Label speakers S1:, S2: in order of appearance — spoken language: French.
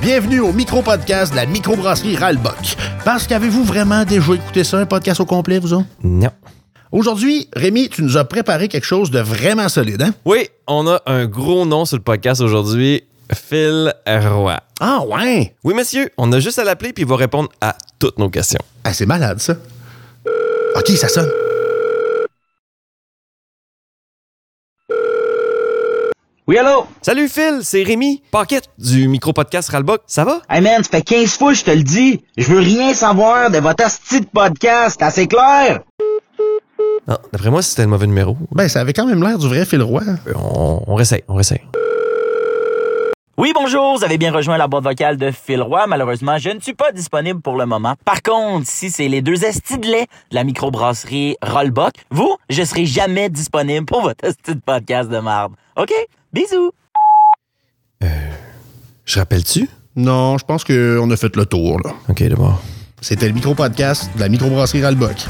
S1: Bienvenue au micro-podcast de la microbrasserie Ralbock. Parce qu'avez-vous vraiment déjà écouté ça, un podcast au complet, vous autres?
S2: Non.
S1: Aujourd'hui, Rémi, tu nous as préparé quelque chose de vraiment solide, hein?
S2: Oui, on a un gros nom sur le podcast aujourd'hui, Phil Roy.
S1: Ah ouais!
S2: Oui, monsieur, on a juste à l'appeler puis il va répondre à toutes nos questions.
S1: Ah, c'est malade, ça. OK, ça sonne.
S3: Oui, allô?
S2: Salut Phil, c'est Rémi Paquette du micro-podcast Ralbock. Ça va?
S3: Hey man, ça fait 15 fois que je te le dis. Je veux rien savoir de votre asti de podcast, assez clair?
S2: Non, d'après moi, c'était le mauvais numéro.
S1: Ben, ça avait quand même l'air du vrai hein? fil roi.
S2: Euh, On, on réessaye, on réessaye.
S4: Oui, bonjour, vous avez bien rejoint la boîte vocale de Phil Roy. Malheureusement, je ne suis pas disponible pour le moment. Par contre, si c'est les deux estis de lait de la microbrasserie Rollbuck, vous, je serai jamais disponible pour votre esti de podcast de marbre. OK? Bisous!
S2: Je rappelle-tu?
S1: Non, je pense qu'on a fait le tour, là.
S2: Ok, d'abord.
S1: C'était le micro-podcast de la microbrasserie Ralbock.